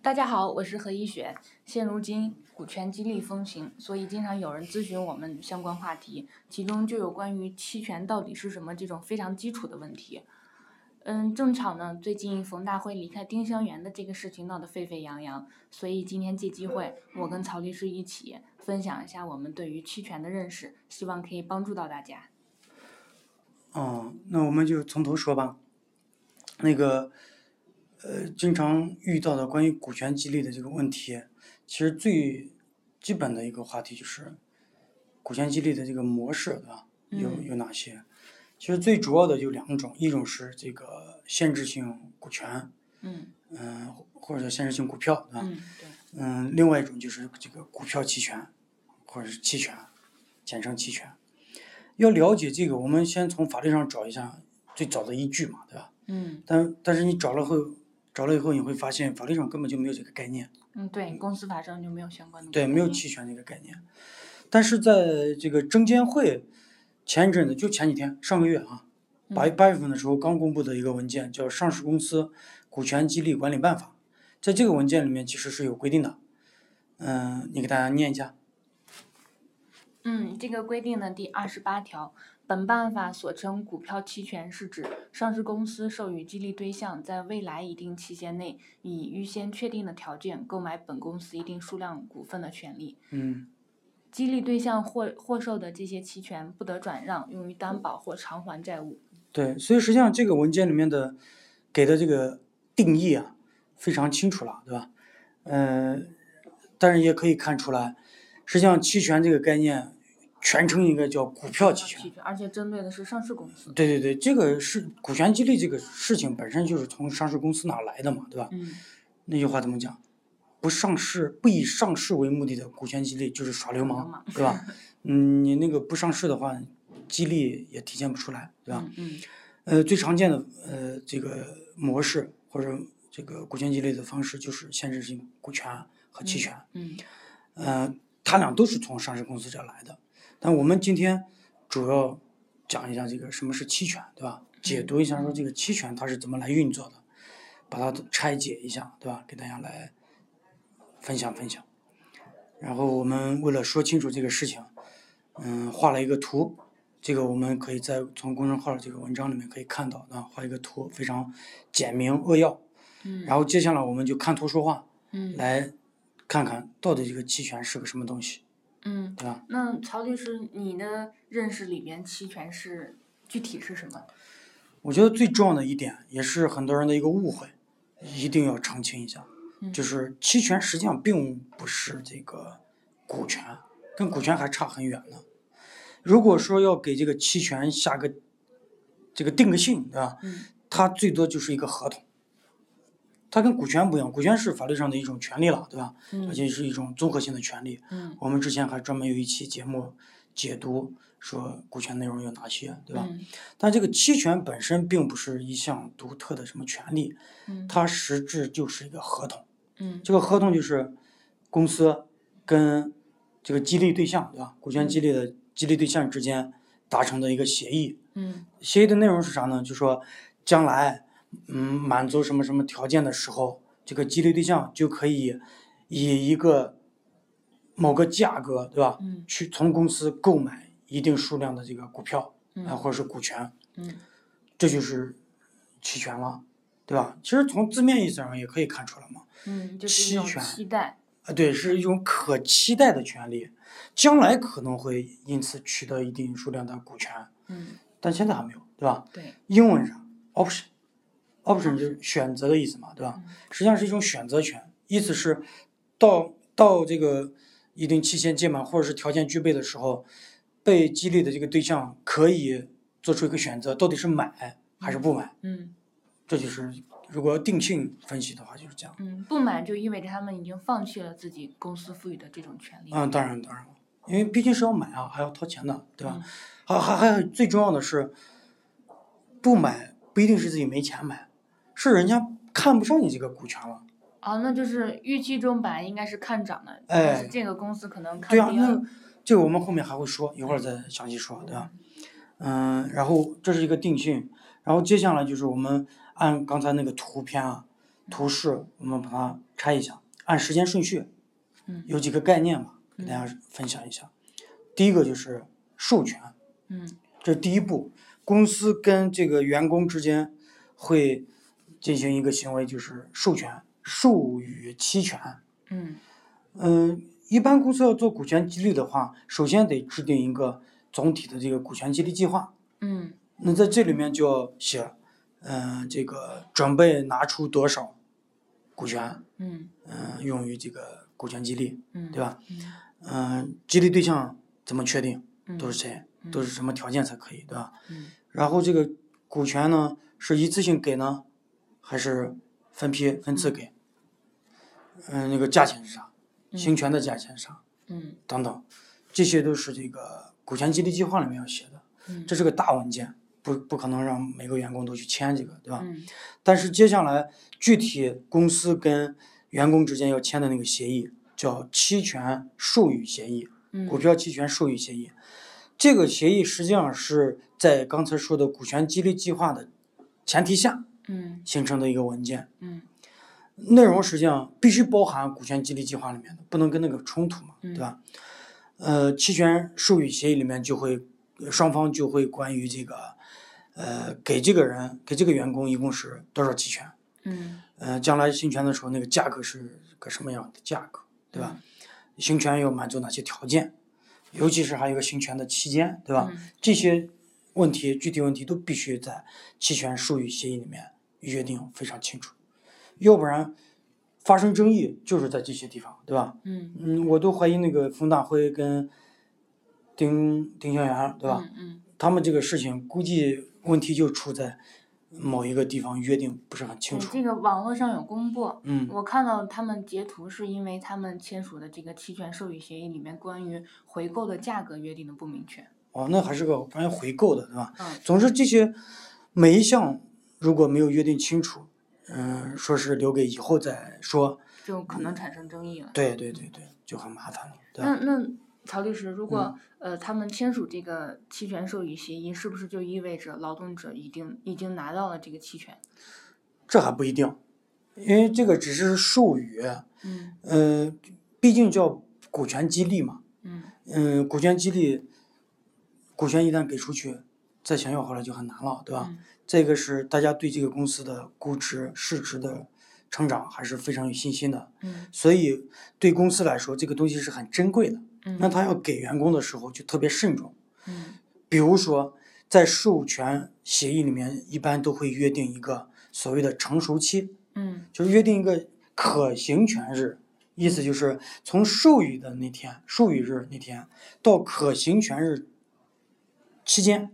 大家好，我是何一雪。现如今，股权激励风行，所以经常有人咨询我们相关话题，其中就有关于期权到底是什么这种非常基础的问题。嗯，正巧呢，最近冯大辉离开丁香园的这个事情闹得沸沸扬扬，所以今天借机会，我跟曹律师一起分享一下我们对于期权的认识，希望可以帮助到大家。哦，那我们就从头说吧。那个，呃，经常遇到的关于股权激励的这个问题，其实最基本的一个话题就是股权激励的这个模式，对吧？有有哪些？其实最主要的有两种，一种是这个限制性股权，嗯嗯、或者叫限制性股票，对吧？嗯，对，嗯，另外一种就是这个股票期权，或者是期权，简称期权。要了解这个，我们先从法律上找一下最早的依据嘛，对吧？嗯但但是你找了后，找了以后你会发现，法律上根本就没有这个概念，嗯，对，公司法上就没有相关的对，规没有定期权这个概念。但是在这个证监会前一阵子，就前几天，上个月啊，八嗯八月份的时候刚公布的一个文件，叫《上市公司股权激励管理办法》，在这个文件里面其实是有规定的。嗯、你给大家念一下。嗯，这个规定的第二十八条，本办法所称股票期权，是指上市公司授予激励对象在未来一定期限内，以预先确定的条件购买本公司一定数量股份的权利。嗯激励对象获获授的这些期权不得转让，用于担保或偿还债务。，对，所以实际上这个文件里面的给的这个定义啊，非常清楚了，对吧？呃，但是也可以看出来，实际上期权这个概念全称应该叫股票期权。期权，而且针对的是上市公司。对对对，这个是股权激励这个事情本身就是从上市公司哪来的嘛，对吧？嗯那句话怎么讲？不上市，不以上市为目的的股权激励就是耍流流氓氓，对吧？嗯，你那个不上市的话，激励也体现不出来，对吧？嗯嗯呃，最常见的呃这个模式或者这个股权激励的方式就是限制性股权和期权，嗯呃，它俩都是从上市公司这来的。但我们今天主要讲一下这个什么是期权，对吧？解读一下说这个期权它是怎么来运作的，把它拆解一下，对吧？给大家来分享分享。然后我们为了说清楚这个事情，嗯，画了一个图，这个我们可以在从公众号这个文章里面可以看到啊，画一个图非常简明扼要。嗯然后接下来我们就看图说话，嗯来看看到底这个期权是个什么东西，嗯。对吧？那曹律师，你的认识里边期权是具体是什么？我觉得最重要的一点，也是很多人的一个误会，一定要澄清一下，嗯就是期权实际上并不是这个股权，跟股权还差很远呢。如果说要给这个期权下个这个定个性，对吧？嗯它最多就是一个合同，它跟股权不一样，股权是法律上的一种权利了，对吧？嗯而且是一种综合性的权利。嗯我们之前还专门有一期节目解读说股权内容有哪些，对吧？嗯但这个期权本身并不是一项独特的什么权利，嗯它实质就是一个合同。嗯这个合同就是公司跟这个激励对象，对吧？股嗯权激励的激励对象之间达成的一个协议。嗯协议的内容是啥呢？就说将来，嗯，满足什么什么条件的时候，这个激励对象就可以以一个某个价格，对吧？嗯去从公司购买一定数量的这个股票啊、嗯或者是股权，嗯这就是期权了，对吧？其实从字面意思上也可以看出来嘛，嗯，就是一种期权期待。啊，对，是一种可期待的权利，将来可能会因此取得一定数量的股权，嗯，但现在还没有，对吧？对，英文上 option。option 就是选择的意思嘛，对吧嗯？实际上是一种选择权，意思是到到这个一定期限届满或者是条件具备的时候，被激励的这个对象可以做出一个选择，到底是买还是不买。嗯这就是如果要定性分析的话，就是这样。嗯，不满就意味着他们已经放弃了自己公司赋予的这种权利。嗯，当然当然了，因为毕竟是要买啊，还要掏钱的，对吧嗯？还还还有最重要的是，不买不一定是自己没钱买，是人家看不上你这个股权了。哦，那就是预期中本来应该是看涨的，哎但是这个公司可能看对啊，跌那了。这个我们后面还会说，一会儿再详细说，对吧？嗯，然后这是一个定性，然后接下来就是我们按刚才那个图片啊，图示我们把它拆一下，按时间顺序，嗯有几个概念嘛，给大家分享一下。第一个就是授权，嗯这是第一步，公司跟这个员工之间会进行一个行为，就是授权、授予期权。嗯嗯，一般公司要做股权激励的话，首先得制定一个总体的这个股权激励计划。嗯那在这里面就要写，嗯、这个准备拿出多少股权，嗯嗯、用于这个股权激励，嗯，对吧？嗯？嗯、激励对象怎么确定？嗯，都是谁？都是什么条件才可以，对吧？嗯然后这个股权呢，是一次性给呢，还是分批分次给？嗯、那个价钱是啥？行权的价钱是啥？嗯等等，这些都是这个股权激励计划里面要写的，嗯这是个大文件，不不可能让每个员工都去签这个，对吧？嗯但是接下来具体公司跟员工之间要签的那个协议叫期权授予协议，嗯股票期权授予协议，这个协议实际上是在刚才说的股权激励计划的前提下嗯形成的一个文件，嗯内容实际上必须包含股权激励计划里面的，不能跟那个冲突嘛，嗯对吧？呃，期权授予协议里面就会呃双方就会关于这个，呃，给这个人给这个员工一共是多少期权，嗯呃，将来行权的时候那个价格是个什么样的价格，对嗯吧？行权要满足哪些条件，尤其是还有一个行权的期间，对吧？嗯这些问题具体问题都必须在期权授予协议里面约定非常清楚，要不然发生争议就是在这些地方，对吧？嗯，嗯，我都怀疑那个冯大辉跟丁丁香园，对吧？嗯他们这个事情估计问题就出在某一个地方约定不是很清嗯，楚。这个网络上有公布，嗯我看到他们截图，是因为他们签署的这个期权授予协议里面关于回购的价格约定的不明确。哦，那还是个关于回购的，对吧？嗯总之，这些每一项如果没有约定清楚，嗯、说是留给以后再说，就可能产生争议了。对对对对，就很麻烦了，嗯对嗯吧？那那曹律师，如果、呃他们签署这个期权授予协议，是不是就意味着劳动者已经已经拿到了这个期权？这还不一定，因为这个只是术语，嗯嗯、毕竟叫股权激励嘛，嗯嗯，股权激励，股权一旦给出去，再想要回来就很难了，对吧？嗯再一个是大家对这个公司的估值、市值的成长还是非常有信心的，嗯所以对公司来说，这个东西是很珍贵的。嗯，那他要给员工的时候就特别慎重，嗯比如说在授权协议里面，一般都会约定一个所谓的成熟期，嗯就是约定一个可行权日，意思就是从授予的那天、授予日那天到可行权日期间，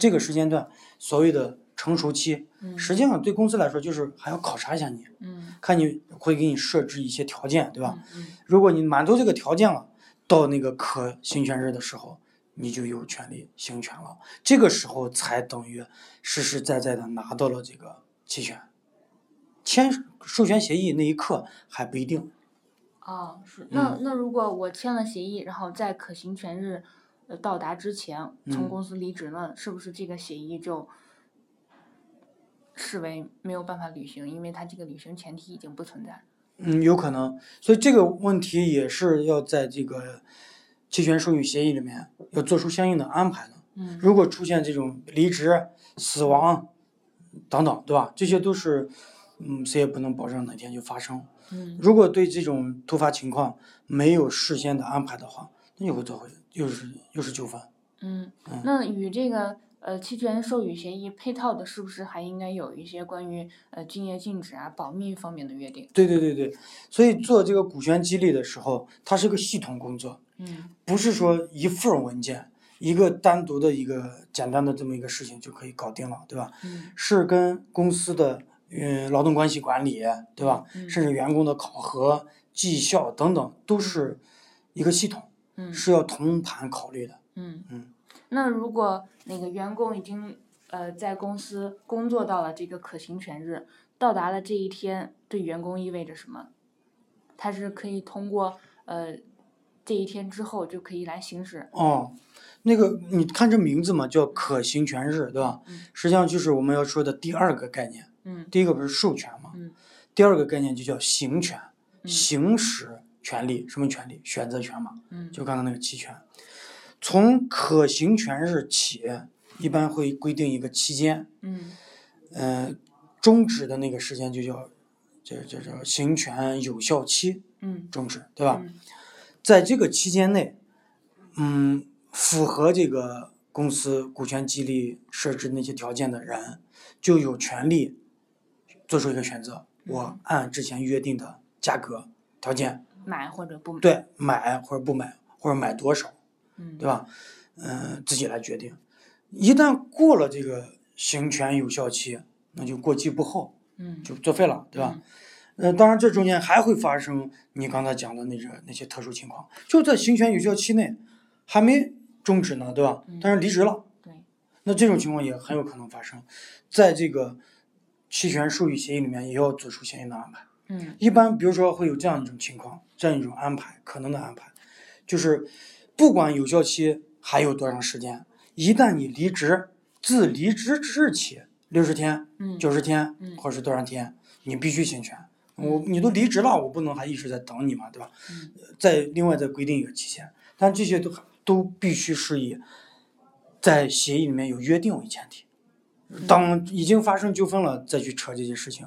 这个时间段所谓的成熟期，嗯实际上对公司来说就是还要考察一下你，嗯看你会给你设置一些条件，对吧？嗯嗯如果你满足这个条件了，到那个可行权日的时候。你就有权利行权了，这个时候才等于实实在在的拿到了这个期权。签授权协议那一刻还不一定，哦是那那如果我签了协议，然后在可行权日呃到达之前从嗯公司离职了，是不是这个协议就？视为没有办法履行，因为它这个履行前提已经不存在了。嗯，有可能。所以这个问题也是要在这个期权授予协议里面要做出相应的安排的。嗯如果出现这种离职、死亡等等，对吧？这些都是，嗯，谁也不能保证哪天就发生。嗯如果对这种突发情况没有事先的安排的话，那就会做回又是又是纠纷。嗯嗯，那与这个呃期权授予协议配套的，是不是还应该有一些关于呃竞业禁止啊、保密方面的约定？对对对对，所以做这个股权激励的时候，它是个系统工作，嗯不是说一份儿文件，一个单独的一个简单的这么一个事情就可以搞定了，对吧？嗯是跟公司的嗯劳动关系管理，对吧？嗯甚至员工的考核、绩效等等，都是一个系统，嗯是要同盘考虑的。嗯嗯。那如果那个员工已经呃在公司工作到了这个可行权日，到达了这一天，对员工意味着什么？他是可以通过呃这一天之后就可以来行使。哦，那个你看这名字嘛，叫可行权日，对吧？嗯实际上就是我们要说的第二个概念。嗯第一个不是授权嘛，嗯第二个概念就叫行权，嗯行使权利，什么权利？选择权嘛，嗯就刚才那个期权。从可行权日起，一般会规定一个期间，嗯呃，终止的那个时间就叫，这这叫行权有效期嗯终止，对吧？嗯在这个期间内，嗯，符合这个公司股权激励设置那些条件的人，就有权利做出一个选择：我嗯按之前约定的价格条件，买或者不买，对买或者不买，或者买多少，嗯对吧？嗯、自己来决定。一旦过了这个行权有效期，那就过期不候，嗯就作废了，对吧嗯？呃，当然，这中间还会发生你刚才讲的那个那些特殊情况，就在行权有效期内还没终止呢，对吧？但是离职了，对，那这种情况也很有可能发生，在这个期权授予协议里面也要做出相应的安排。嗯一般比如说会有这样一种情况，这样一种安排，可能的安排，就是不管有效期还有多长时间，一旦你离职，自离职之日起六十天、嗯九十天嗯或者是多少天，你必须行权。我你都离职了，我不能还一直在等你嘛，对吧？嗯再另外再规定一个期限，但这些都都必须是以在协议里面有约定为前提。嗯当已经发生纠纷了，再去扯这些事情，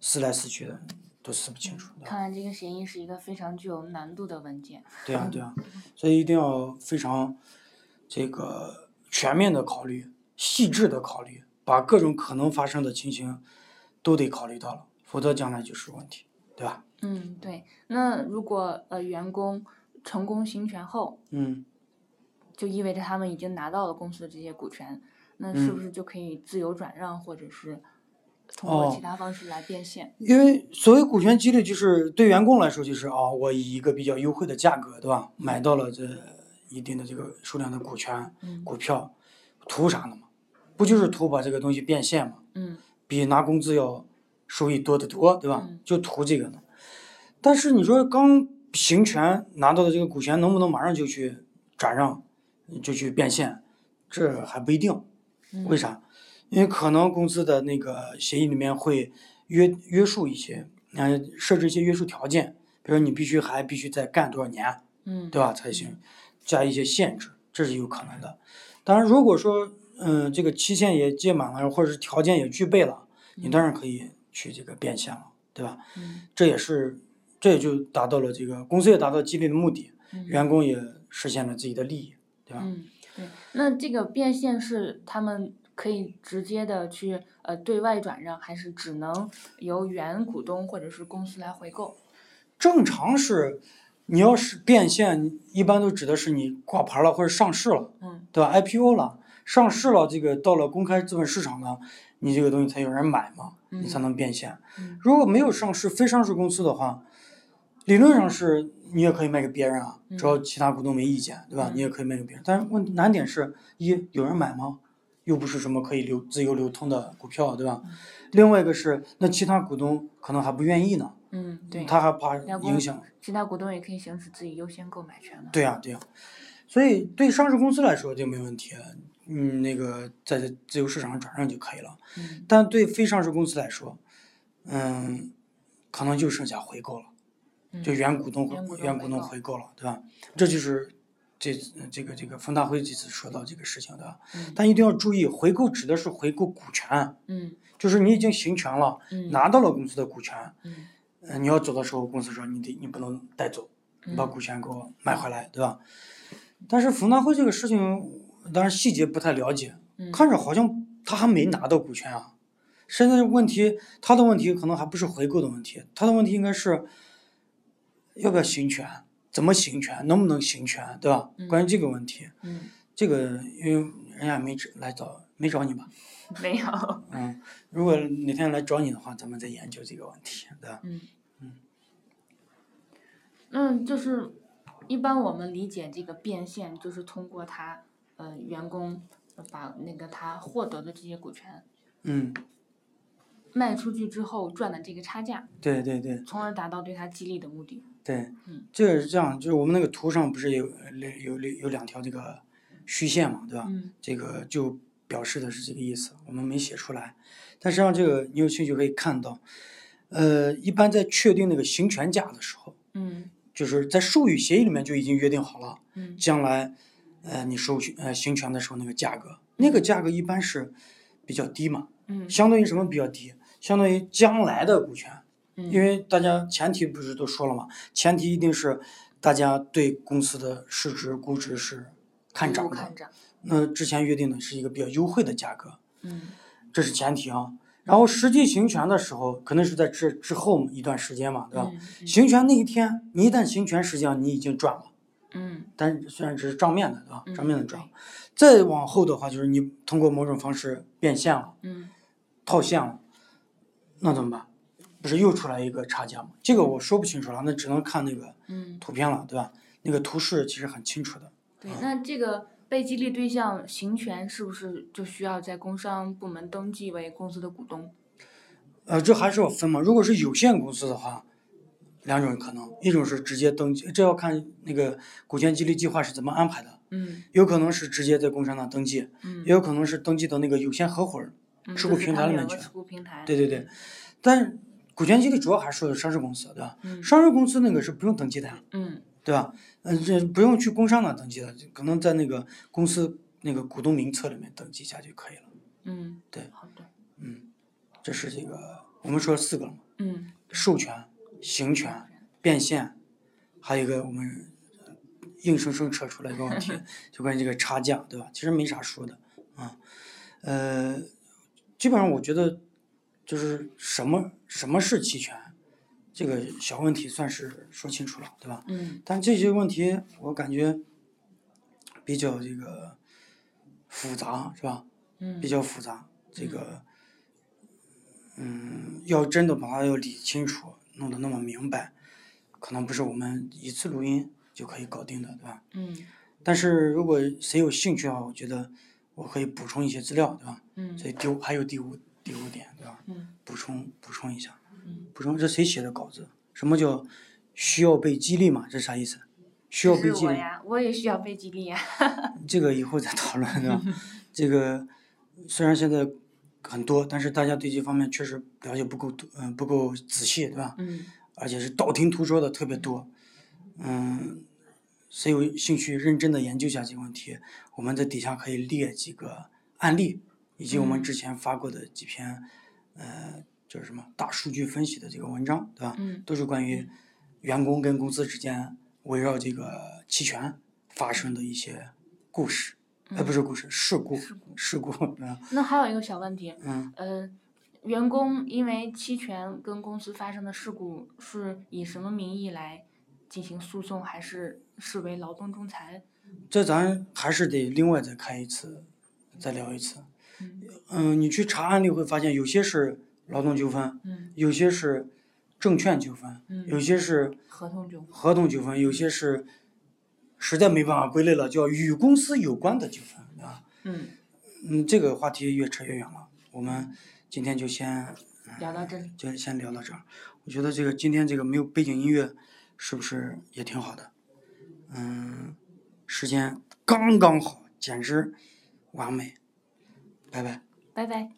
撕来撕去的都撕不清楚。对吧看来这个协议是一个非常具有难度的文件。对啊，对啊，所以一定要非常这个全面的考虑，细致的考虑，把各种可能发生的情形都得考虑到了，否则将来就是问题，对吧？嗯，对。那如果呃员工成功行权后，嗯，就意味着他们已经拿到了公司的这些股权，那是不嗯是就可以自由转让，或者是通过哦其他方式来变现？因为所谓股权激励，就是对员工来说，就是啊，我以一个比较优惠的价格，对吧？买到了这一定的这个数量的股权、嗯股票，图啥呢嘛？不就是图把这个东西变现嘛？嗯比拿工资要收益多得多，对吧嗯？就图这个呢。但是你说刚行权拿到的这个股权，能不能马上就去转让，就去变现？这还不一定。嗯为啥？因为可能公司的那个协议里面会约约束一些，嗯、设置一些约束条件，比如说你必须还必须再干多少年，嗯，对吧？才行，加一些限制，这是有可能的。当然，如果说嗯这个期限也届满了，或者是条件也具备了，你当然可以去这个变现了，对吧？嗯这也是，这也就达到了这个公司也达到激励的目的，嗯员工也实现了自己的利益，对吧？嗯，对。那这个变现是他们可以直接的去呃对外转让，还是只能由原股东或者是公司来回购？正常是，你要是变现，一般都指的是你挂牌了或者上市了，嗯对吧？IPO 了，上市了，这个到了公开资本市场呢，你这个东西才有人买嘛，你才嗯能变现。嗯如果没有上市非上市公司的话，理论上是你也可以卖给别人啊，只要其他股东没意见，对吧？嗯你也可以卖给别人。但是问难点是一有人买吗？又不是什么可以流自由流通的股票，嗯对吧？另外一个是，那其他股东可能还不愿意呢，嗯，对。他还怕员工影响。其他股东也可以行使自己优先购买权嘛？对呀、啊对呀、所以对上市公司来说就没问题，嗯，那个在自由市场上转让就可以了。嗯但对非上市公司来说，嗯，可能就剩下回购了，嗯就原股东原股东原股东回嗯回购了，对吧？这就是这这个这个冯大辉这次说到这个事情，对吧？嗯但一定要注意，回购指的是回购股权，嗯就是你已经行权了，嗯拿到了公司的股权，嗯嗯，你要走的时候，公司说你得你不能带走，你把嗯股权给我买回来，对吧？但是冯大辉这个事情，当然细节不太了解，嗯看着好像他还没拿到股权啊。现在问题，他的问题可能还不是回购的问题，他的问题应该是要不要行权，怎么行权，能不能行权，对吧？关于这个问题，嗯，这个因为人家也没找来找，没找你吧？没有。嗯，如果哪天来找你的话，咱们再研究这个问题，对吧？嗯，那就是一般我们理解这个变现，就是通过他呃员工把那个他获得的这些股权嗯，卖出去之后赚的这个差价，对对对。从而达到对他激励的目的。对嗯，这个是这样，就是我们那个图上不是有有有有两条这个虚线嘛，对吧？嗯这个就表示的是这个意思，我们没写出来，但实际上这个你有兴趣可以看到，呃，一般在确定那个行权价的时候，嗯就是在授与协议里面就已经约定好了，嗯将来，呃，你授权呃行权的时候那个价格，那个价格一般是比较低嘛，嗯相当于什么比较低？相当于将来的股权，嗯因为大家前提不是都说了嘛，前提一定是大家对公司的市值估值是看涨不的看。涨，那之前约定的是一个比较优惠的价格，嗯这是前提啊。然后实际行权的时候，可能是在这之后一段时间嘛，对吧？嗯行权那一天，你一旦行权，实际上你已经赚了，嗯但虽然只是账面的，对吧？嗯账面的赚了。再往后的话，就是你通过某种方式变现了。嗯套现了，那怎么办？不是又出来一个差价吗？这个我说不清楚了，那只能看那个嗯，图片了，对吧？那个图示其实很清楚的。对，那这个被激励对象行权是不是就需要在工商部门登记为公司的股东？呃，这还是要分嘛。如果是有限公司的话，两种可能，一种是直接登记，这要看那个股权激励计划是怎么安排的。嗯有可能是直接在工商那登记，嗯也有可能是登记到那个有限合伙人。嗯持就股是平他台们里有面个去持股平台，对对对，但股权激励主要还是上市公司，对吧？嗯上市公司那个是不用登记的呀。嗯对吧？嗯、这不用去工商那登记了，可能在那个公司那个股东名册里面登记一下就可以了。嗯，对好的，嗯，这是这个我们说了四个了嘛，嗯授权、行权、变现，还有一个我们硬生生扯出来一个问题，就关于这个差价，对吧？其实没啥说的啊，呃，基本上我觉得就是什么什么是期权，这个小问题算是说清楚了，对吧？嗯但这些问题我感觉比较这个复杂，是吧？嗯比较复杂，这个嗯，要真的把它要理清楚，弄得那么明白，可能不是我们一次录音就可以搞定的，对吧？嗯但是如果谁有兴趣的话，我觉得我可以补充一些资料，对吧？嗯所以第五还有第五第五点，对吧？嗯补充补充一下，嗯，补充这谁写的稿子？什么叫需要被激励嘛？这啥意思？需要被是激我励？呀，我也需要被激励呀，这个以后再讨论，对吧？这个虽然现在很多，但是大家对这方面确实了解不够多，嗯、不够仔细，对吧？嗯而且是道听途说的特别多，嗯，谁有兴趣认真的研究一下这个问题，我们在底下可以列几个案例，以及我们嗯之前发过的几篇，呃，就是什么大数据分析的这个文章，对吧？嗯都是关于员工跟公司之间围绕这个期权发生的一些故事，呃，不是故事，事故，事故， 嗯那还有一个小问题，嗯，呃，员工因为期权跟公司发生的事故，是以什么名义来进行诉讼，还是视为劳动仲裁？这咱还是得另外再开一次，再聊一次。嗯嗯，你去查案例会发现，有些是劳动纠纷，嗯有些是证券纠纷，有嗯，些是合同纠纷。合同纠纷，有些是实在没办法归类了，叫与公司有关的纠纷啊。嗯，嗯，这个话题越扯越远了，我们今天就先聊到这里。就先聊到这儿。我觉得这个今天这个没有背景音乐，是不是也挺好的？嗯，时间刚刚好，简直完美。拜拜。拜拜。